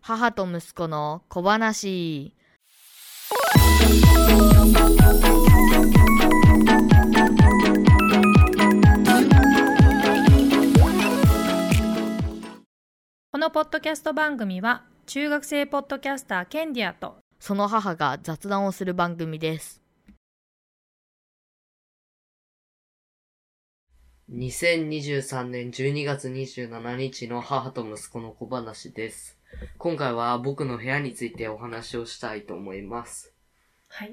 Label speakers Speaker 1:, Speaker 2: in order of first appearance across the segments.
Speaker 1: 母と息子の小話。
Speaker 2: このポッドキャスト番組は中学生ポッドキャスターケンディアと
Speaker 1: その母が雑談をする番組です。
Speaker 3: 2023年12月27日の母と息子の小話です。今回は僕の部屋についてお話をしたいと思います。
Speaker 2: はい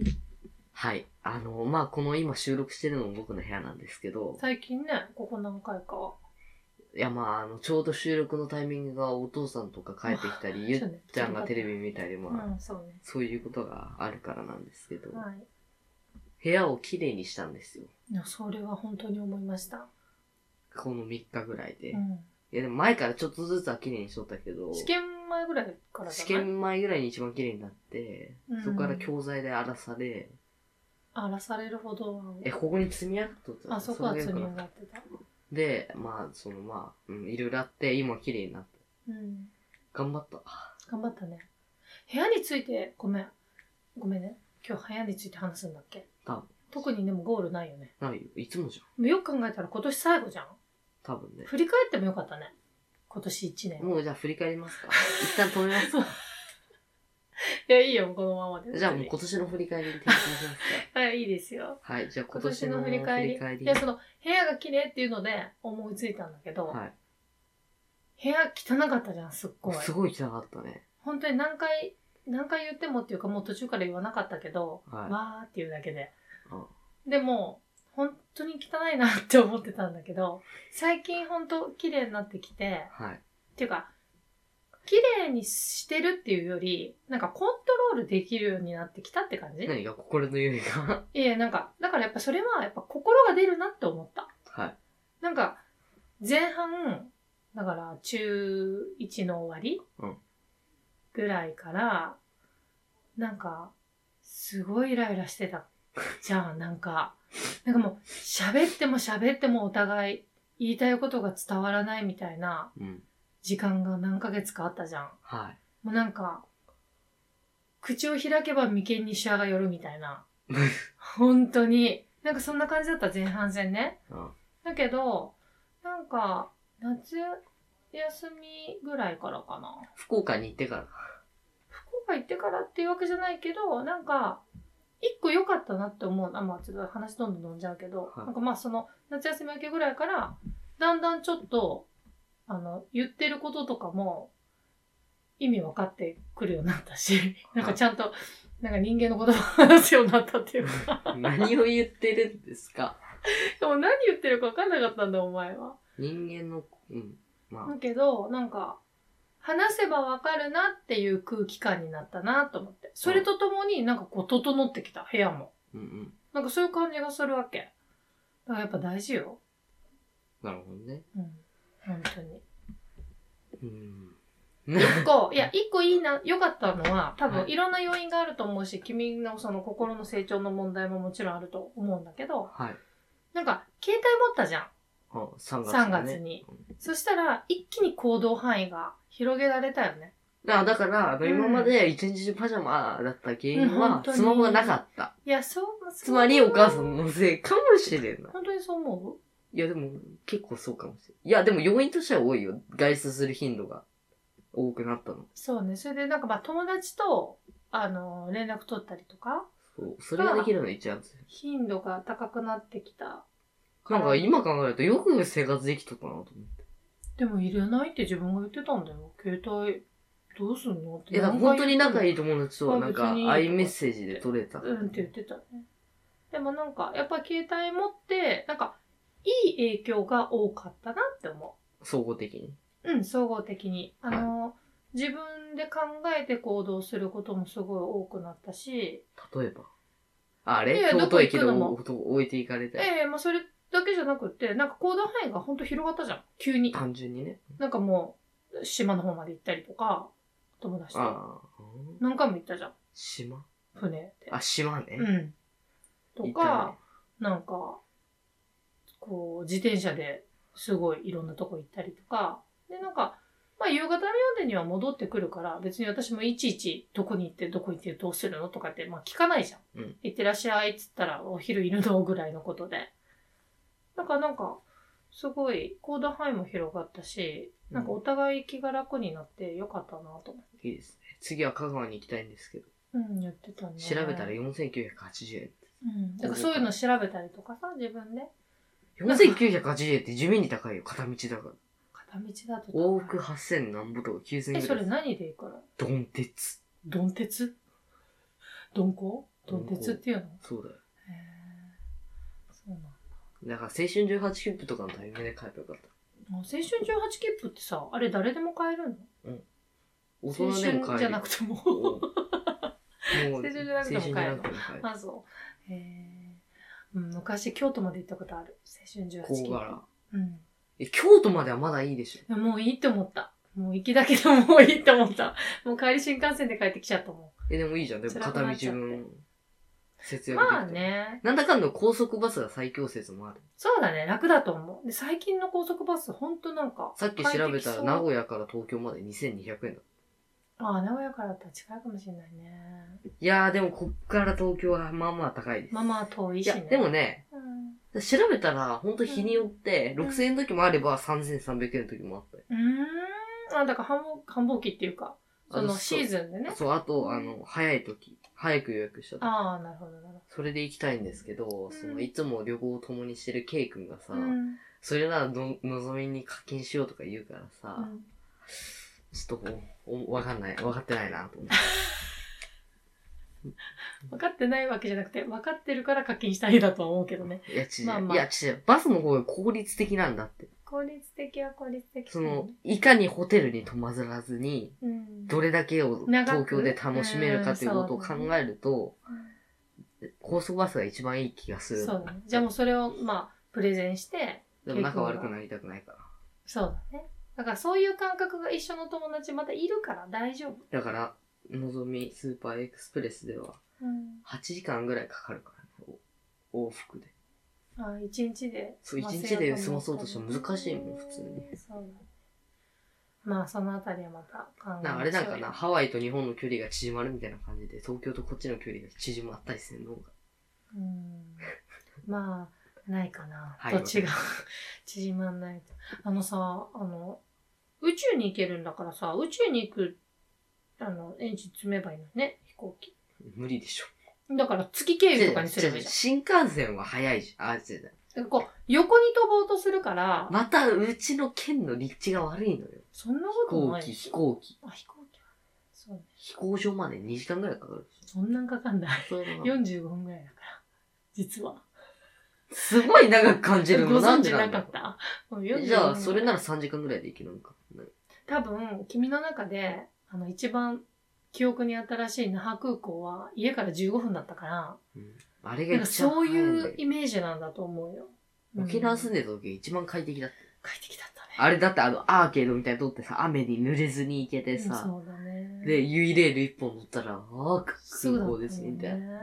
Speaker 3: はい。あの、まあ、この今収録してるのも僕の部屋なんですけど、
Speaker 2: 最近ねここ何回かはい
Speaker 3: やまあ、あの、ちょうど収録のタイミングがお父さんとか帰ってきたり、ゆっ
Speaker 2: そうね
Speaker 3: ちゃんがテレビ見たり、
Speaker 2: う
Speaker 3: まあ、
Speaker 2: んそうね
Speaker 3: そういうことがあるからなんですけど、
Speaker 2: はい
Speaker 3: 部屋をきれいにしたんですよ。
Speaker 2: いやそれは本当に思いました、
Speaker 3: この3日ぐらい
Speaker 2: う
Speaker 3: で。い
Speaker 2: ん、
Speaker 3: やでも前からちょっとずつはきれいにしとったけど、
Speaker 2: 試験前ぐらいからじ
Speaker 3: 試
Speaker 2: ゃない
Speaker 3: 験前ぐらいに一番綺麗になって、
Speaker 2: うん
Speaker 3: そこから教材で荒らされ、
Speaker 2: 荒らされるほど
Speaker 3: え、ここに積み上がっとったの
Speaker 2: あそこは
Speaker 3: れが
Speaker 2: 積
Speaker 3: 良く
Speaker 2: み
Speaker 3: な
Speaker 2: 上
Speaker 3: った
Speaker 2: がってた
Speaker 3: で、まあ、そのまあ、うん、いろいろあって、今綺麗になっ
Speaker 2: う
Speaker 3: た。
Speaker 2: ん
Speaker 3: 頑張った。
Speaker 2: 頑張ったね部屋についてごめんごめんね今日部屋について話すんだっけ
Speaker 3: 多分。
Speaker 2: 特にでもゴールないよね
Speaker 3: ないよ。いつもじ
Speaker 2: でもよく考えたら今年最後じゃん
Speaker 3: ゃん。多分ね。
Speaker 2: 振り返ってもよかったね今年1年
Speaker 3: もうじゃあ振り返り ますか。一旦止めますか。
Speaker 2: いやいいよこのままで
Speaker 3: じゃあもう今年の振り返りに転換します
Speaker 2: はいいいですよ
Speaker 3: か。はい。じゃあ
Speaker 2: 今
Speaker 3: 今
Speaker 2: 年
Speaker 3: 年
Speaker 2: の
Speaker 3: の
Speaker 2: 振
Speaker 3: 振
Speaker 2: り
Speaker 3: り
Speaker 2: 返
Speaker 3: 返
Speaker 2: り
Speaker 3: り。
Speaker 2: いやその部屋が綺麗っていうので思いついたんだけど、
Speaker 3: はい。
Speaker 2: 部屋汚かったじゃんすっごい
Speaker 3: すごい汚かったね。
Speaker 2: 本当に何回何回言ってもっていうかもう途中から言わなかったけど、
Speaker 3: はい
Speaker 2: わーっていうだけで
Speaker 3: うん
Speaker 2: でも本当に汚いなって思ってたんだけど最近本当綺麗になってきて
Speaker 3: はい。
Speaker 2: っていうか綺麗にしてるっていうよりなんかコントロールできるようになってきたって感じ
Speaker 3: 何が心の指が。
Speaker 2: いやなんかだからやっぱそれはやっぱ心が出るなって思った
Speaker 3: はい。
Speaker 2: なんか、前半、だから中1の終わり
Speaker 3: うん
Speaker 2: ぐらいから、なんか、すごいイライラして た。じゃあ、なんか、なんかもう、喋っても喋ってもお互い言いたいことが伝わらないみたいな
Speaker 3: うん。
Speaker 2: 時間が何ヶ月かあったじゃん。
Speaker 3: はい。
Speaker 2: もうなんか、口を開けば眉間にシワが寄るみたい な。本当に。なんかそんな感じだった前半戦ね。
Speaker 3: うん。
Speaker 2: だけど、なんか、夏休みぐらいからかな。
Speaker 3: 福岡に行ってから。
Speaker 2: 福岡行ってからっていうわけじゃないけど、なんか、一個良かったなって思う。あ、まあちょっと話どんどん飲んじゃうけど、
Speaker 3: はい
Speaker 2: なんかまあその、夏休み明けぐらいから、だんだんちょっと、あの、言ってることとかも、意味分かってくるようになったし、なんかちゃんと、なんか人間の言葉を話すようになった っていうか。
Speaker 3: 何を言ってるんですか
Speaker 2: でも何言ってるか分かんなかったんだよ、お前は。
Speaker 3: 人間の、うん、ま
Speaker 2: だけどなんか話せばわかるなっていう空気感になったなと思ってそれとともになんかこう整ってきた部屋も
Speaker 3: あ、うんうん。
Speaker 2: なんかそういう感じがするわけだからやっぱ大事よ
Speaker 3: なるほどね。
Speaker 2: うん本当に
Speaker 3: うん。
Speaker 2: 一個いや一個いいな良かったのは多分
Speaker 3: はい
Speaker 2: いろんな要因があると思うし君のその心の成長の問題ももちろんあると思うんだけど
Speaker 3: はい。
Speaker 2: なんか携帯持ったじゃん
Speaker 3: あ、3月、ね。
Speaker 2: 3月に、そしたら一気に行動範囲が広げられたよね
Speaker 3: だだから、あの、
Speaker 2: うん
Speaker 3: 今まで一日中パジャマだった原
Speaker 2: うん
Speaker 3: 因
Speaker 2: 本
Speaker 3: は、
Speaker 2: 当に
Speaker 3: スマホがなかった。
Speaker 2: いやそう
Speaker 3: つまり、お母さ
Speaker 2: ん
Speaker 3: んのせいかもしれない。
Speaker 2: 本当にそう思う
Speaker 3: いや、でも、結構そうかもしれない。いや、でも要因としては多いよ。外出する頻度が多くなったの。
Speaker 2: そうね。それでなんかまあ友達と、あの連絡取ったりとか、
Speaker 3: そう。それができるの一番強い。
Speaker 2: 頻度が高くなってきた。
Speaker 3: なんか、今考えると、よく生活できとったなと思って。
Speaker 2: でもいらないって自分が言ってたんだよ。携帯、どうすんのって。
Speaker 3: いや、だから本当に仲
Speaker 2: い。
Speaker 3: いい友達とは、なん
Speaker 2: あ
Speaker 3: か、
Speaker 2: 別に
Speaker 3: アイメッセージで取れた。
Speaker 2: うんって言ってたね。でもなんか、やっぱ携帯持って、なんか、いい影響が多かったなって思
Speaker 3: 総合的に。
Speaker 2: う。うん、総合的に。あの、自分で考えて行動することもすごい多くなったし、
Speaker 3: 例えば。あ
Speaker 2: いや
Speaker 3: れ
Speaker 2: いや
Speaker 3: 京都駅で
Speaker 2: どこ行
Speaker 3: おお置いていかれた
Speaker 2: ええまあそれだけじゃなくて、なんか行動範囲が本当広がったじゃん。急に。
Speaker 3: 単純にね。
Speaker 2: なんかもう、島の方まで行ったりとか、友達と。
Speaker 3: ああ。
Speaker 2: 何回も行ったじゃん。
Speaker 3: 島
Speaker 2: 船で。
Speaker 3: あ、島ね。
Speaker 2: うん。と
Speaker 3: 行ったね
Speaker 2: か、なんか、こう、自転車ですごいいろんなとこ行ったりとか、で、なんか、まあ夕方までには戻ってくるから、別に私もいちいちどこに行ってどこ行ってどうするのとかって、まあ聞かないじゃん。
Speaker 3: うん
Speaker 2: 行ってらっしゃいっつったらお昼いるのぐらいのことで。なんかなんか、すごい行動範囲も広がったし、なんかお互い気が楽になってよかったなと思って。
Speaker 3: いいですね。次は香川に行きたいんですけど、
Speaker 2: うん、言ってたね。
Speaker 3: 調べたら4980円。
Speaker 2: うん。だからそういうの調べたりとかさ、自分で。
Speaker 3: 4980円って地味に高いよ、片道だから。
Speaker 2: 片道だと。
Speaker 3: 往復8000何歩とか9000円
Speaker 2: え、
Speaker 3: ぐ
Speaker 2: そ
Speaker 3: ら
Speaker 2: れ
Speaker 3: い。
Speaker 2: 何で行くの
Speaker 3: ドンテツ。
Speaker 2: どん鉄どんこどん鉄っていうのへ
Speaker 3: そうだよ。
Speaker 2: ーそうなんだ
Speaker 3: だから青春18切符とかのタイミングで買えばよかった。
Speaker 2: あ青春18切符ってさ、あれ誰でも買えるの
Speaker 3: 大
Speaker 2: 青
Speaker 3: 人でも買え
Speaker 2: 春
Speaker 3: る。
Speaker 2: じゃなくても。
Speaker 3: うんもう
Speaker 2: 春
Speaker 3: 青春
Speaker 2: じ
Speaker 3: じ
Speaker 2: ゃ
Speaker 3: ゃ
Speaker 2: な
Speaker 3: な
Speaker 2: くても
Speaker 3: くても
Speaker 2: 買える
Speaker 3: 買える。
Speaker 2: あ、そう。へえ。うん、昔京都まで行ったことある。青春18
Speaker 3: 高
Speaker 2: 切
Speaker 3: 柄。
Speaker 2: 符。うん。
Speaker 3: え、京都まではまだいいでしょ。
Speaker 2: でももういいって思った。もう行きだけでももういいって思った。もう帰り新幹線で帰ってきちゃったも
Speaker 3: え、でもいいじゃん。でも
Speaker 2: 辛く
Speaker 3: 片道
Speaker 2: なっちゃって
Speaker 3: 分、節
Speaker 2: ん。
Speaker 3: 約できて。
Speaker 2: まあね。
Speaker 3: なんだかんだ高速バスが最強説もある。
Speaker 2: そうだね。楽だと思う。で、最近の高速バス、ほんとなんか。
Speaker 3: さっき調べたら名
Speaker 2: 屋。
Speaker 3: 古屋から東京まで2200円だ。
Speaker 2: ああ、名古屋からだったら近いかもしれないね。
Speaker 3: いやーでもこっから東京はまあまあ高いです。
Speaker 2: まあまあ遠い
Speaker 3: い
Speaker 2: し
Speaker 3: や、
Speaker 2: ね。
Speaker 3: でもね、
Speaker 2: うん。
Speaker 3: 調べたらほんと日によって
Speaker 2: うん
Speaker 3: 6000円の時もあれば3300円の時もあったよ
Speaker 2: うーん。あ、だから繁忙、繁忙期っていうか、そ
Speaker 3: あ
Speaker 2: の
Speaker 3: そう
Speaker 2: シーズンでね。
Speaker 3: そう、あと、あの、早い時、早く予約した時。
Speaker 2: ああ、なるほど、なる
Speaker 3: それで行きたいんですけど、そ
Speaker 2: うん
Speaker 3: の、いつも旅行を共にしてる K 君がさ、
Speaker 2: ほど。うん。
Speaker 3: それならの、のぞみに課金しようとか言うからさ、
Speaker 2: うん
Speaker 3: ちょっとお、おわかんない、わかってないなと思って。
Speaker 2: 分かってないわけじゃなくて、分かってるから課金したりだとは思うけどね。
Speaker 3: いや、違う、
Speaker 2: まあまあ
Speaker 3: いや、違う。バスの方が効率的なんだって。
Speaker 2: 効率的は効率的。
Speaker 3: その、、いかにホテルに泊まずらずに、
Speaker 2: うん。
Speaker 3: どれだけを
Speaker 2: 長
Speaker 3: 東
Speaker 2: く
Speaker 3: 京で楽しめるかということを考えると、
Speaker 2: うん
Speaker 3: 高速バスが一番いい気がする。
Speaker 2: そうだね。じゃあもうそれを、まあ、プレゼンして、
Speaker 3: でも仲悪くなりたくないから。
Speaker 2: そうだね。だからそういう感覚が一緒の友達またいるから大丈夫。
Speaker 3: だから、のぞみスーパーエクスプレスでは
Speaker 2: うん。
Speaker 3: 8時間ぐらいかかるからね。お往復で。
Speaker 2: あ、一日で。
Speaker 3: そう
Speaker 2: まあ
Speaker 3: 一日で済まそうとしても難しいもん普通に。
Speaker 2: そうだね。まあ、そのあたりはまた考え
Speaker 3: な
Speaker 2: ましょうよ
Speaker 3: あれなんかな、。ハワイと日本の距離が縮まるみたいな感じで、東京とこっちの距離が縮まったりするのが。
Speaker 2: うん。まあ、ないかな。
Speaker 3: はい
Speaker 2: どっちが 縮まんない。あのさ、あの、宇宙に行けるんだからさ、宇宙に行く、あの、エンジン積めばいいのね、飛行機。
Speaker 3: 無理でしょ。
Speaker 2: だから月経由とかにすればいいじゃん。
Speaker 3: 新幹線は早いじゃん。あ、違う違う。
Speaker 2: なんかこう、横に飛ぼうとするから、
Speaker 3: また、うちの県の立地が悪いのよ。
Speaker 2: そんな
Speaker 3: 飛
Speaker 2: こと
Speaker 3: 行
Speaker 2: ない。
Speaker 3: 機、飛行機。
Speaker 2: あ、飛行機は。そうね。
Speaker 3: 飛行場まで2時間ぐらいかかる。
Speaker 2: そんなんかかんない。
Speaker 3: そういうのが
Speaker 2: 45分ぐらいだから。実は。
Speaker 3: すごい長く感じる
Speaker 2: ご
Speaker 3: の。な
Speaker 2: 存
Speaker 3: んで
Speaker 2: 知
Speaker 3: な
Speaker 2: なんか
Speaker 3: だ
Speaker 2: った。
Speaker 3: ろうじゃあ、それなら3時間ぐらいで行けるのか。
Speaker 2: 多分、君の中で、あの、一番記憶に新しい那覇空港は家から15分だったから、
Speaker 3: うんあれ
Speaker 2: な
Speaker 3: が
Speaker 2: んか
Speaker 3: 一番
Speaker 2: そう
Speaker 3: 早いんだ
Speaker 2: い
Speaker 3: よ
Speaker 2: うイメージなんだと思うよ。
Speaker 3: 沖縄住ん
Speaker 2: で。
Speaker 3: でた時が一番快適だった。
Speaker 2: 快適だったね。
Speaker 3: あれだってあのアーケードみたいに撮ってさ、雨に濡れずに行けて
Speaker 2: うん
Speaker 3: さ、
Speaker 2: そうだね。
Speaker 3: で、、ユイレール一本乗ったら、ああ、空港ですね、みたいな。
Speaker 2: な。。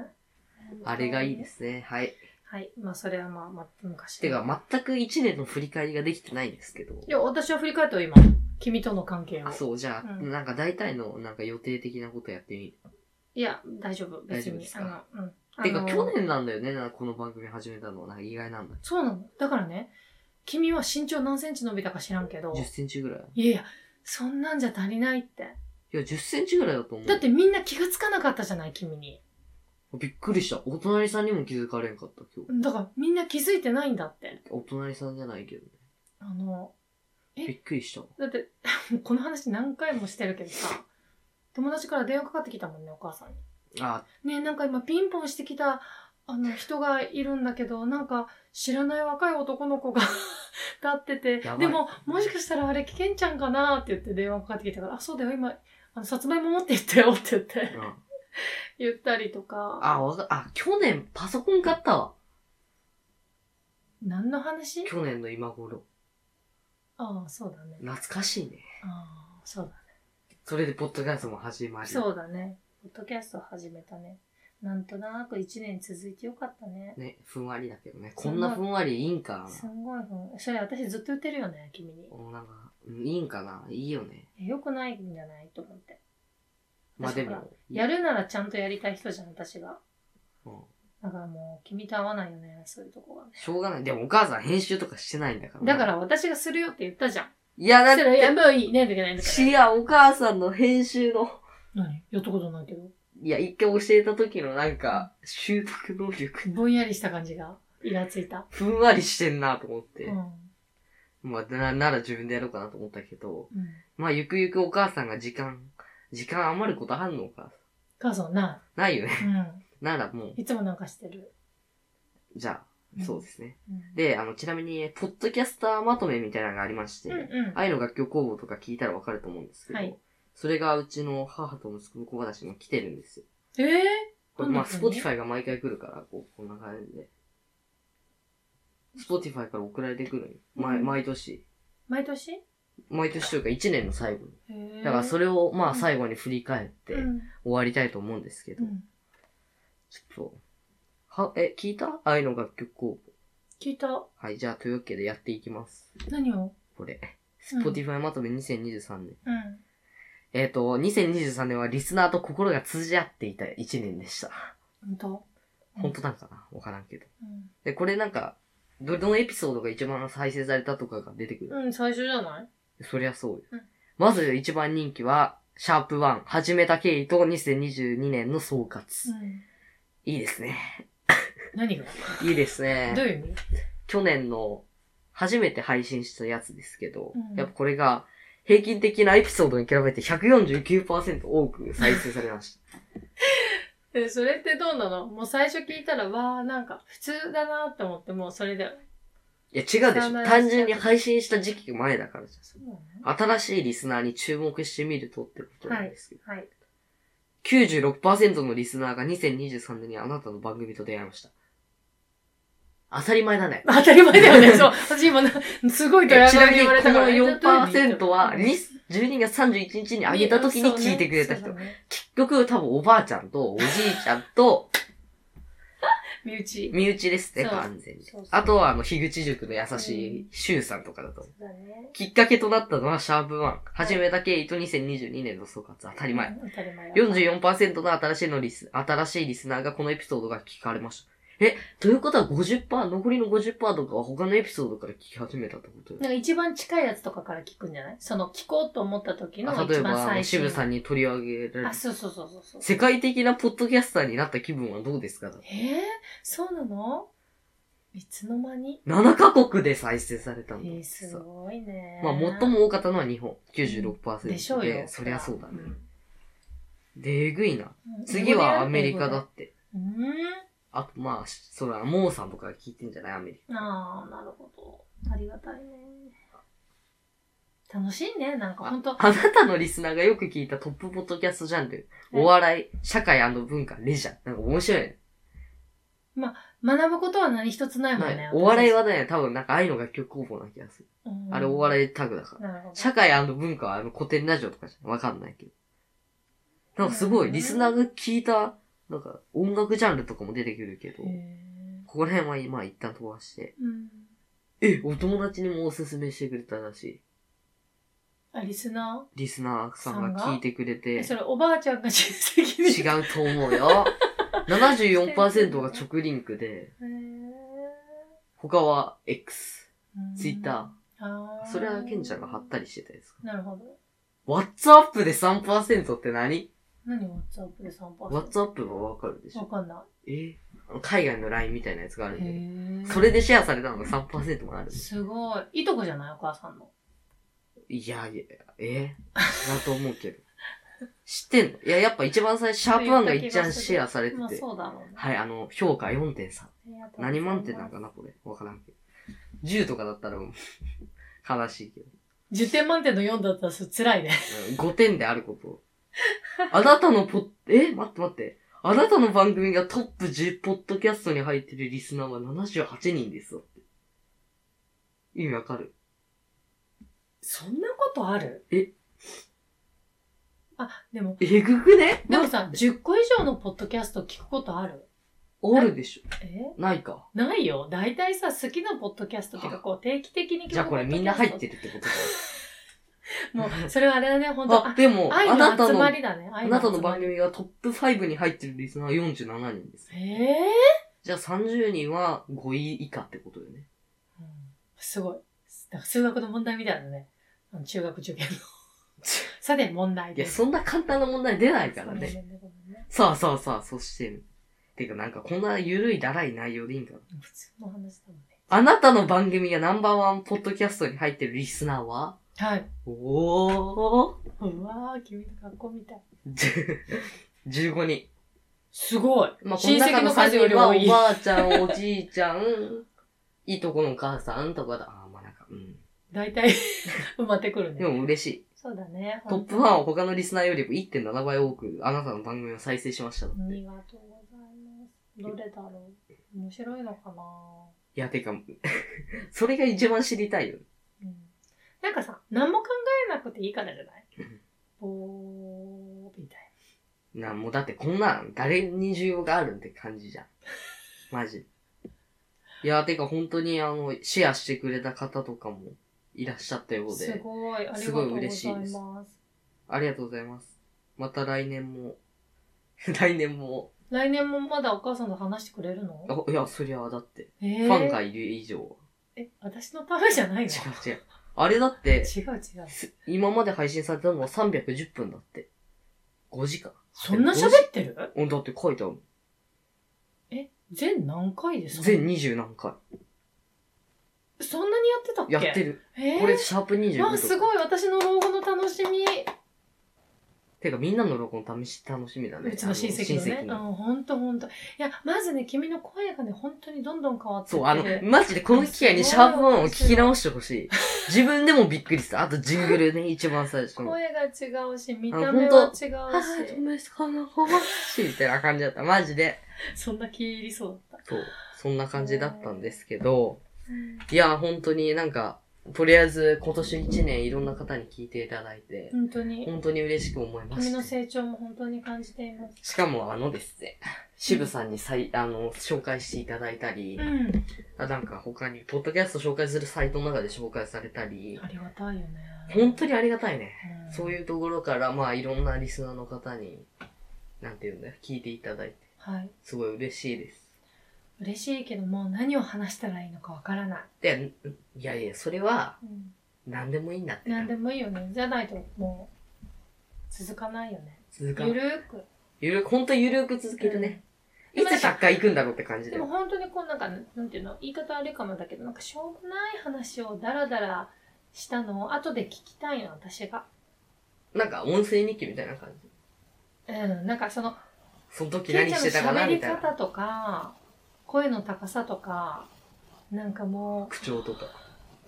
Speaker 3: あれがいいですすね、はい。
Speaker 2: はい。まあ、それはまあ、まあ、昔。
Speaker 3: てか、全く一年の振り返りができてないんですけど。
Speaker 2: いや、私は振り返ったよ、今。君との関係を
Speaker 3: あ、。そう、じゃあ、
Speaker 2: うん
Speaker 3: なんか大体の、なんか予定的なことやってみる。
Speaker 2: いや、大丈夫。別
Speaker 3: 大丈夫
Speaker 2: に
Speaker 3: で。すか
Speaker 2: あの、うん。あの
Speaker 3: てか、去年なんだよね、なんかこの番組始めたのは、なんか意外なんだ。
Speaker 2: そうなの。だからね、君は身長何センチ伸びたか知らんけど、
Speaker 3: 10センチぐらい
Speaker 2: いやいや、そんなんじゃ足りないって。
Speaker 3: いや、10センチぐらいだと思う。
Speaker 2: だって、みんな気がつかなかったじゃない、君に。
Speaker 3: びっくりした。お隣さんにも気づかれんかった、今日。
Speaker 2: だから、みんな気づいてないんだって。
Speaker 3: お隣さんじゃないけどね。
Speaker 2: あの、え
Speaker 3: びっくりした。
Speaker 2: だって、 もうこの話何回もしてるけどさ、友達から電話かかってきたもんね、お母さんに。
Speaker 3: あ、
Speaker 2: ねえなんか今ピンポンしてきたあ の人がいるんだけどなんか知らない若い男の子が 立ってて
Speaker 3: やばい
Speaker 2: でももしかしたらあれ危険ちゃんかなって言って電話かかってきたから「あそうだよ今あのさつまいも持って行ったよ」って言って
Speaker 3: うん。
Speaker 2: 言ったりとか
Speaker 3: あ、わか、あ、去年パソコン買ったわ。
Speaker 2: 何の話
Speaker 3: 去年の今頃。
Speaker 2: ああそうだね
Speaker 3: 懐かしいね。
Speaker 2: ああそうだね
Speaker 3: それでポッドキャストも始まり。
Speaker 2: そうだねポッドキャスト始めたねなんとなく1年続いてよかったね
Speaker 3: ね、ふんわりだけどね。こんなふんわりいいんかな。
Speaker 2: すんごいふんそれ私ずっと言ってるよね君に
Speaker 3: おなんか、うんいいんかないいよね。
Speaker 2: えよくないんじゃないと思って。
Speaker 3: まあで
Speaker 2: 私ほ
Speaker 3: も。
Speaker 2: やるならちゃんとやりたい人じゃん、私が。
Speaker 3: うん
Speaker 2: だからもう、君と合わないよね、そういうとこがね。
Speaker 3: しょうがない。でもお母さん編集とかしてないんだから。
Speaker 2: だか。ら私がするよって言ったじゃん。
Speaker 3: いや、だ
Speaker 2: だった
Speaker 3: っ
Speaker 2: ら、いや、
Speaker 3: て、
Speaker 2: もういい、ないといけないんだから。
Speaker 3: シアお母さんの編集の、
Speaker 2: 何やったことないけど。
Speaker 3: いや、一回教えた時のなんか、習得能力、
Speaker 2: ぼんやりした感じが、イラついた。
Speaker 3: ふんわりしてんなと思って。
Speaker 2: うん。
Speaker 3: まあな、なら自分でやろうかなと思ったけど、
Speaker 2: うん。
Speaker 3: まあ、ゆくゆくお母さんが時間、時間余ることあんのか。
Speaker 2: 母さんな、
Speaker 3: ないよね。
Speaker 2: う
Speaker 3: ならもう、
Speaker 2: ん。いつもなんかしてる。
Speaker 3: じゃ
Speaker 2: う
Speaker 3: あ、
Speaker 2: ん
Speaker 3: そうですね。
Speaker 2: うん、
Speaker 3: で、あの、ちなみに、ポッドキャスターまとめみたいなのがありまして、
Speaker 2: うんうん。
Speaker 3: 愛の楽曲工房とか聞いたらわかると思うんですけど、
Speaker 2: はい
Speaker 3: それがうちの母と息子の小話にも来てるんですよ。
Speaker 2: ええ
Speaker 3: これまあ、
Speaker 2: ど
Speaker 3: ス
Speaker 2: んな
Speaker 3: ポ
Speaker 2: 風
Speaker 3: ティ
Speaker 2: に
Speaker 3: ファイが毎回来るから、こう、こんな感じで。スポティファイから送られてくるんよ。毎
Speaker 2: うん
Speaker 3: 毎年。
Speaker 2: 毎年へ
Speaker 3: 毎年というか1年の最後に。
Speaker 2: え
Speaker 3: だからそ
Speaker 2: れ
Speaker 3: れを、まあ、最後に振り返って
Speaker 2: う
Speaker 3: 終
Speaker 2: ん
Speaker 3: わりたいと思うんですけ
Speaker 2: う
Speaker 3: ど、
Speaker 2: ん。
Speaker 3: ちょっと、は、え、聞いた愛の楽曲工房。
Speaker 2: 聞いた。
Speaker 3: はい、じゃあ、というわけでやっていきます。
Speaker 2: 何を
Speaker 3: これ。
Speaker 2: うん
Speaker 3: Spotify まとめ2023年。
Speaker 2: うん。
Speaker 3: えっ、と、2023年はリスナーと心が通じ合っていた1年でした。
Speaker 2: 本当
Speaker 3: 本当なんかなわからんけど。
Speaker 2: うん
Speaker 3: で、これなんか、どどのエピソードが一番再生されたとかが出てくる。
Speaker 2: うん、最初じゃない
Speaker 3: そりゃそうよ。
Speaker 2: うん
Speaker 3: まず一番人気は、シャープ1、始めた経緯と2022年の総括。
Speaker 2: うん。
Speaker 3: いいですね。
Speaker 2: 何が
Speaker 3: いいですね。
Speaker 2: どういう意味
Speaker 3: 去年の初めて配信したやつですけど、
Speaker 2: うん
Speaker 3: やっぱこれが平均的なエピソードに比べて149%多く再生されました。
Speaker 2: え、それってどうなのもう最初聞いたら、わあなんか普通だなって思って、もうそれで。
Speaker 3: いや違うでし
Speaker 2: そうなん
Speaker 3: ょ。
Speaker 2: だ
Speaker 3: 単純に配信した時期が前だからじ
Speaker 2: そうなの
Speaker 3: ゃん。新しいリスナーに注目してみるとってことなんですけど、
Speaker 2: はい。
Speaker 3: 96%のリスナーが2023年にあなたの番組と出会いました。当たり前だね。
Speaker 2: 当たり前だよ ね、そう。私今な、すごいドラ
Speaker 3: ち
Speaker 2: マ
Speaker 3: な
Speaker 2: に
Speaker 3: みに
Speaker 2: 言
Speaker 3: こ
Speaker 2: わ
Speaker 3: の
Speaker 2: れたから。
Speaker 3: 4%は、
Speaker 2: リ
Speaker 3: リス、12月31日に上げた時に聞いてくれた人。結局、多分おばあちゃんとおじいちゃんと
Speaker 2: 身内。
Speaker 3: 身内ですね、
Speaker 2: そう
Speaker 3: 完全に
Speaker 2: そうそう。
Speaker 3: あとは、あの、樋口塾の優しい周さんとかだと思う。
Speaker 2: そうだね。
Speaker 3: きっかけとなったのはシャープ1。始めた経緯と2022年の総括。当たり前。
Speaker 2: 当たり前だ。
Speaker 3: 44%の新しいのリス、新しいリスナーがこのエピソードが聞かれました。え、ということは50%、残りの50%とかは他のエピソードから聞き始めたってことよ
Speaker 2: なんか一番近いやつとかから聞くんじゃないその聞こうと思った時の
Speaker 3: あ例え
Speaker 2: 一
Speaker 3: ば
Speaker 2: 番
Speaker 3: あの、
Speaker 2: 最新。
Speaker 3: 渋さんに取り上げられる
Speaker 2: あ、。そうそうそうそうそう。
Speaker 3: 世界的なポッドキャスターになった気分はどうですか
Speaker 2: えー、そうなのいつの間に
Speaker 3: ?7 カ国で再生された
Speaker 2: え
Speaker 3: んだって
Speaker 2: ー、
Speaker 3: さ
Speaker 2: すごいね。
Speaker 3: まあ、最も多かったのは日本。96%で。
Speaker 2: でしょうよ。
Speaker 3: そりゃそうだね。
Speaker 2: ん
Speaker 3: で、えぐいな。
Speaker 2: うん
Speaker 3: 次はアメリカだ。って。
Speaker 2: うん。
Speaker 3: あと、まあ、そら、モーさんとか聞いてんじゃないアメリカ。
Speaker 2: ああ、なるほど。ありがたいね。楽しいね。なんか
Speaker 3: あ
Speaker 2: 本当
Speaker 3: あなたのリスナーがよく聞いたトップポッドキャストジャンル。
Speaker 2: はい
Speaker 3: お笑い、社会文化、レジャー。なんか面白いね。
Speaker 2: 学ぶことは何一つないもん
Speaker 3: な
Speaker 2: ね
Speaker 3: い。お笑いはね、多分なんか愛の楽曲工房な気がする。
Speaker 2: うん、
Speaker 3: あれお笑いタグだから。
Speaker 2: なるほど。
Speaker 3: 社会文化はあの古典ラジオとかじゃわかんないけど。なんかすごい、リスナーが聞いた、なんか音楽ジャンルとかも出てくるけど
Speaker 2: へ、え
Speaker 3: ここら辺は今一旦飛ばして、
Speaker 2: うん。
Speaker 3: え、お友達にもおすすめしてくれたらしい。
Speaker 2: あ、リスナ
Speaker 3: リスナーさんが聞いてくれ
Speaker 2: ー
Speaker 3: て
Speaker 2: え、それおばあちゃんが親 戚に。
Speaker 3: 違うと思うよ。74%が直リンクで、
Speaker 2: へ
Speaker 3: 他は X。
Speaker 2: ー
Speaker 3: Twitter。
Speaker 2: あー
Speaker 3: それはケンちゃんが貼ったりしてたやつか。
Speaker 2: なるほど。
Speaker 3: WhatsApp で3%って何
Speaker 2: 何 WhatsApp で散歩
Speaker 3: ?WhatsApp はわかるでし
Speaker 2: わ
Speaker 3: ょ。
Speaker 2: かんな
Speaker 3: えあの海外の LINE みたいなやつがある
Speaker 2: い。
Speaker 3: んで。
Speaker 2: へえ。
Speaker 3: それでシェアされたのが3%もある。
Speaker 2: すごい。いとこじゃないお母さんの。
Speaker 3: いやいや、えだと思うけど。知ってんのいや、やっぱ一番最初、シャープワンが一番シェアされて
Speaker 2: まあ
Speaker 3: て。
Speaker 2: そうだろうね。
Speaker 3: はい、あの、評価
Speaker 2: あ
Speaker 3: 4.3。
Speaker 2: りがとうございます
Speaker 3: 何満点なんかな、これ。わからんけど。10とかだったらもう悲しいけど。
Speaker 2: 10点満点の4だったらそれ辛いね。
Speaker 3: うん5点であることを。あなたのポッ、え待って待って。あなたの番組がトップ10ポッドキャストに入ってるリスナーは78人ですよって。意味わかる
Speaker 2: そんなことある
Speaker 3: え
Speaker 2: あ、でも、
Speaker 3: えぐくね
Speaker 2: でもさ、10個以上のポッドキャスト聞くことある
Speaker 3: あるでしょ。
Speaker 2: え
Speaker 3: ないか。
Speaker 2: ないよ。大体さ、好きなポッドキャストっていうか、こう、定期的に聞く
Speaker 3: じゃあこれみんな入ってるってことだよ。
Speaker 2: もう、それはあれだね、本当
Speaker 3: あ、でも、
Speaker 2: 愛
Speaker 3: あな
Speaker 2: の
Speaker 3: た
Speaker 2: 集
Speaker 3: の、
Speaker 2: ま
Speaker 3: あ
Speaker 2: りだね。愛の
Speaker 3: なたの
Speaker 2: 集ま
Speaker 3: 番
Speaker 2: り
Speaker 3: 組がトップ5に入ってるリスナーは47人です。
Speaker 2: ええ
Speaker 3: じゃあ30人は5位以下ってことよね。
Speaker 2: うんすごい。なんか数学の問題みたいなね。あの中学受 験の。さて、問題
Speaker 3: い
Speaker 2: で
Speaker 3: や、
Speaker 2: す。
Speaker 3: そんな簡単な問題出ないか
Speaker 2: ご
Speaker 3: ら
Speaker 2: めん
Speaker 3: ね。
Speaker 2: ねごめんね
Speaker 3: さあさあさあ、そして、てかなんかこんなゆるいだらい内容でいいんかな。
Speaker 2: 普通の話だもんね。
Speaker 3: あなたの番組がナンバーワンポッドキャストに入ってるリスナーは
Speaker 2: はい。
Speaker 3: おー
Speaker 2: うわー、君の学校みたい。
Speaker 3: 15人。
Speaker 2: すごい。
Speaker 3: まあ、この
Speaker 2: 親
Speaker 3: 中
Speaker 2: 戚
Speaker 3: の
Speaker 2: の
Speaker 3: 3
Speaker 2: 数より
Speaker 3: 人は
Speaker 2: 多
Speaker 3: お
Speaker 2: い。
Speaker 3: ばあちゃん、おじいちゃん、 いいとこのお母さんとかだ。あーまあなんか、うん。
Speaker 2: 大 体埋まってくる
Speaker 3: で
Speaker 2: ね。
Speaker 3: も嬉しい。
Speaker 2: そうだね。
Speaker 3: トップ1は他のリスナーよりも1.7倍多く、あなたの番組を再生しましただって。
Speaker 2: あ
Speaker 3: い
Speaker 2: りがとうございます。どれだろう。面白いのかな
Speaker 3: や、てか、 それが一番知りたいよ。
Speaker 2: うん。なんかさ、何も考えなくていいからじゃない
Speaker 3: うん
Speaker 2: ぼー、みたい
Speaker 3: なんもうだってこんなん誰に需要があるんって感じじゃん。マジ。いや、てか本当にあの、シェアしてくれた方とかもいらっしゃったよ
Speaker 2: な。
Speaker 3: う
Speaker 2: す
Speaker 3: で、
Speaker 2: ごい。ありがと
Speaker 3: す
Speaker 2: うご
Speaker 3: ごい
Speaker 2: ざい
Speaker 3: 嬉
Speaker 2: ま
Speaker 3: しいです
Speaker 2: す。
Speaker 3: ありがとうございます。また来年も、 来年も、
Speaker 2: 来年もまだお母さんと話してくれるの
Speaker 3: あいや、そりゃだって、
Speaker 2: えー
Speaker 3: ファンがいる以上は。
Speaker 2: え、私のためじゃないの
Speaker 3: 違う違う。あれだって、
Speaker 2: 違う違う。
Speaker 3: す今まで配信されたのは310分だって。5時間。
Speaker 2: そんな喋ってる
Speaker 3: うん、だって書いてある。
Speaker 2: え、全何回ですか
Speaker 3: 全20何回。
Speaker 2: そんなにやってたっけ
Speaker 3: やってる。
Speaker 2: えー、
Speaker 3: これ、シャープ25とか。
Speaker 2: わあ、すごい。私の老後の楽しみ。
Speaker 3: てか、みんなの録音試し、楽しみだね。
Speaker 2: うちの親戚のね。
Speaker 3: あ
Speaker 2: うん、
Speaker 3: の
Speaker 2: ほんとほんと。いや、まずね、君の声がね、本当にどんどん変わってって
Speaker 3: そう、あの、マジでこの機会にシャープワンを聞き直してほしい。自分でもびっくりした。あと、ジングルね、一番最初の。
Speaker 2: 声が違うし、見
Speaker 3: あ
Speaker 2: た
Speaker 3: ほ
Speaker 2: 目
Speaker 3: ん
Speaker 2: は違う
Speaker 3: と
Speaker 2: し。
Speaker 3: あ、息子の子はしいみたいな感じだった。マジで。
Speaker 2: そんな気入りそうだっ
Speaker 3: そう、そんな感じだったんですけど、
Speaker 2: た。うん
Speaker 3: いや、本当になんか、とりあえず今年一年いろんな方に聞いていただいて、
Speaker 2: 本当に。
Speaker 3: 本当に嬉しく思いま
Speaker 2: 君の
Speaker 3: した。
Speaker 2: 成長も本当に感じています。
Speaker 3: しかもあのですね、渋さんにさい、あの、紹介していただいたり、
Speaker 2: うん。
Speaker 3: あなんか他に、ポッドキャスト紹介するサイトの中で紹介されたり
Speaker 2: あ、りがたいよね。
Speaker 3: 本当にありがたいね。
Speaker 2: うん
Speaker 3: そういうところから、まあいろんなリスナーの方に、なんていうんだよ、聞いていただいて、
Speaker 2: はい。
Speaker 3: すごい嬉しいです。
Speaker 2: 嬉しいけど、もう何を話したらいいのかわからない。
Speaker 3: で、いやいや、それは
Speaker 2: うん。
Speaker 3: 何でもいいんだって。
Speaker 2: 何でもいいよね。じゃないと、もう、続かないよね。
Speaker 3: 続か
Speaker 2: ゆ
Speaker 3: ない
Speaker 2: るーく。
Speaker 3: ゆる、ほんとゆるく続けるね。
Speaker 2: うん
Speaker 3: いつ100回行くんだろうって感じ
Speaker 2: で
Speaker 3: で
Speaker 2: も。本当にこうなんか、なんていうの、言い方あれかもだけど、なんかしょうもない話をダラダラしたのを後で聞きたいの、私が。
Speaker 3: なんか音声日記みたいな感じ。
Speaker 2: うん。なんかその、
Speaker 3: その時
Speaker 2: ケイ
Speaker 3: 何
Speaker 2: ちゃん
Speaker 3: し
Speaker 2: の
Speaker 3: てたかな
Speaker 2: 喋り
Speaker 3: みたいな。
Speaker 2: 方とか、声の高さとか、なんかもう、
Speaker 3: 口調とか。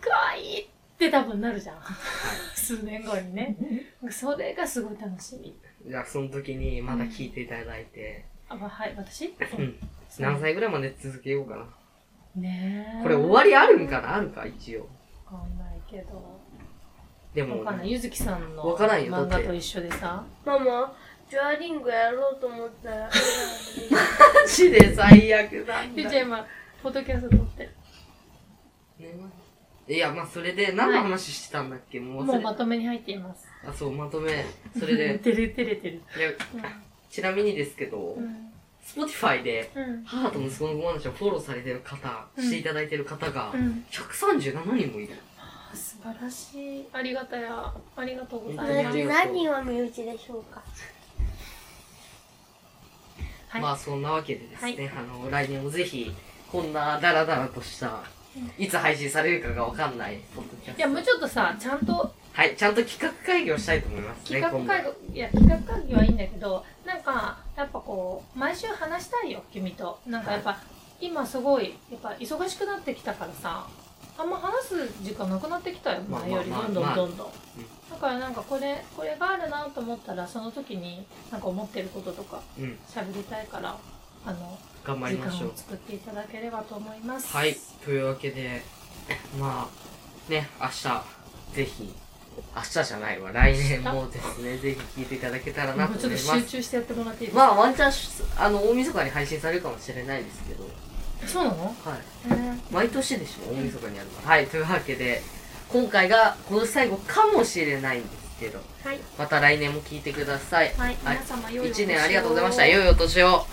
Speaker 2: かわいいって多分なるじゃん数年後にねそれがすごい楽しみ
Speaker 3: じゃあその時にまだ聞いていただいて、
Speaker 2: あわはい私
Speaker 3: うん何歳ぐらいまで続けようかな。
Speaker 2: ねえ
Speaker 3: これ終わりあるんかなあるか、一応。
Speaker 2: わかんないけど
Speaker 3: でも
Speaker 2: わ、かんないゆずきさんの
Speaker 3: わからんよだっ
Speaker 2: 漫
Speaker 3: て
Speaker 2: 画と一緒でさ
Speaker 4: ママ、ジュアリングやろうと思っ たら、
Speaker 3: マジで最悪なん
Speaker 2: ゆう
Speaker 3: だ
Speaker 2: ちゃん今ポッドキャスト撮ってる
Speaker 3: ねいや、まあそれで、何の話してたんだっけもう忘
Speaker 2: もう
Speaker 3: れ
Speaker 2: まとめに入っています、
Speaker 3: あ、そう、まとめ。それ で
Speaker 2: てれてれてる
Speaker 3: いやちなみにですけど
Speaker 2: う、ん
Speaker 3: Spotify で、
Speaker 2: うん
Speaker 3: 母と息子のご話をフォローされてる方、
Speaker 2: うん
Speaker 3: していただいてる方が
Speaker 2: う、ん、
Speaker 3: 137人もいる。
Speaker 2: あ素晴らしいありがたやありがとうござい
Speaker 3: 本当
Speaker 2: ま
Speaker 3: に
Speaker 2: す
Speaker 4: 私何を身内でしょうか
Speaker 2: はい、
Speaker 3: まあそんなわけでですね、
Speaker 2: はい
Speaker 3: あの、来年もぜひ、こんなダラダラとした、いつ配信されるかがわかんない、ポッドキャ
Speaker 2: いやもう
Speaker 3: スト。
Speaker 2: ちょっとさちゃんと
Speaker 3: はい、ちゃんと企画会議をしたいと思います
Speaker 2: 企
Speaker 3: ね、
Speaker 2: 画
Speaker 3: 今度
Speaker 2: 会議いや企画会議はいいんだけどなんかやっぱこう毎週話したいよ君となんかやっぱ今すごいやっぱ忙しくなってきたからさあんま話す時間なくなってきたよ
Speaker 3: まあ
Speaker 2: 前より
Speaker 3: ま
Speaker 2: ど
Speaker 3: あまあ
Speaker 2: んど
Speaker 3: ま
Speaker 2: ん
Speaker 3: あ
Speaker 2: どんどんだからなんかこれこれがあるなと思ったらその時になんか思ってることとか
Speaker 3: うん、
Speaker 2: 喋りたいからあの
Speaker 3: 頑張り
Speaker 2: 時
Speaker 3: ま
Speaker 2: 間
Speaker 3: しょう
Speaker 2: を。作っていただければと思います
Speaker 3: はい、というわけで、まあ、ね、明日、ぜひ、明日じゃないわ、来年もですね、ぜひ聞いていただけたらな
Speaker 2: もう
Speaker 3: と
Speaker 2: ちょっ
Speaker 3: 思
Speaker 2: と
Speaker 3: いま
Speaker 2: 集
Speaker 3: す。
Speaker 2: 中してやってもらっていいですか、
Speaker 3: まあ、ワンチャンし、あの、大晦日に配信されるかもしれないですけど、
Speaker 2: そうなの、
Speaker 3: はい。
Speaker 2: えー
Speaker 3: 毎年でしょ、大晦日にやるのは。はい、というわけで、今回がこの最後かもしれないんですけど、
Speaker 5: はい。
Speaker 3: また来年も聞いてください。
Speaker 5: はい。
Speaker 3: はい
Speaker 5: 皆様良いお年を
Speaker 3: 一年ありがとうございました。良いお年を。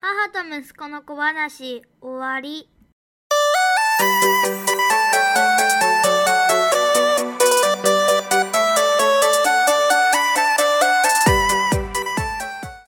Speaker 5: 母と息子の小話、終わり。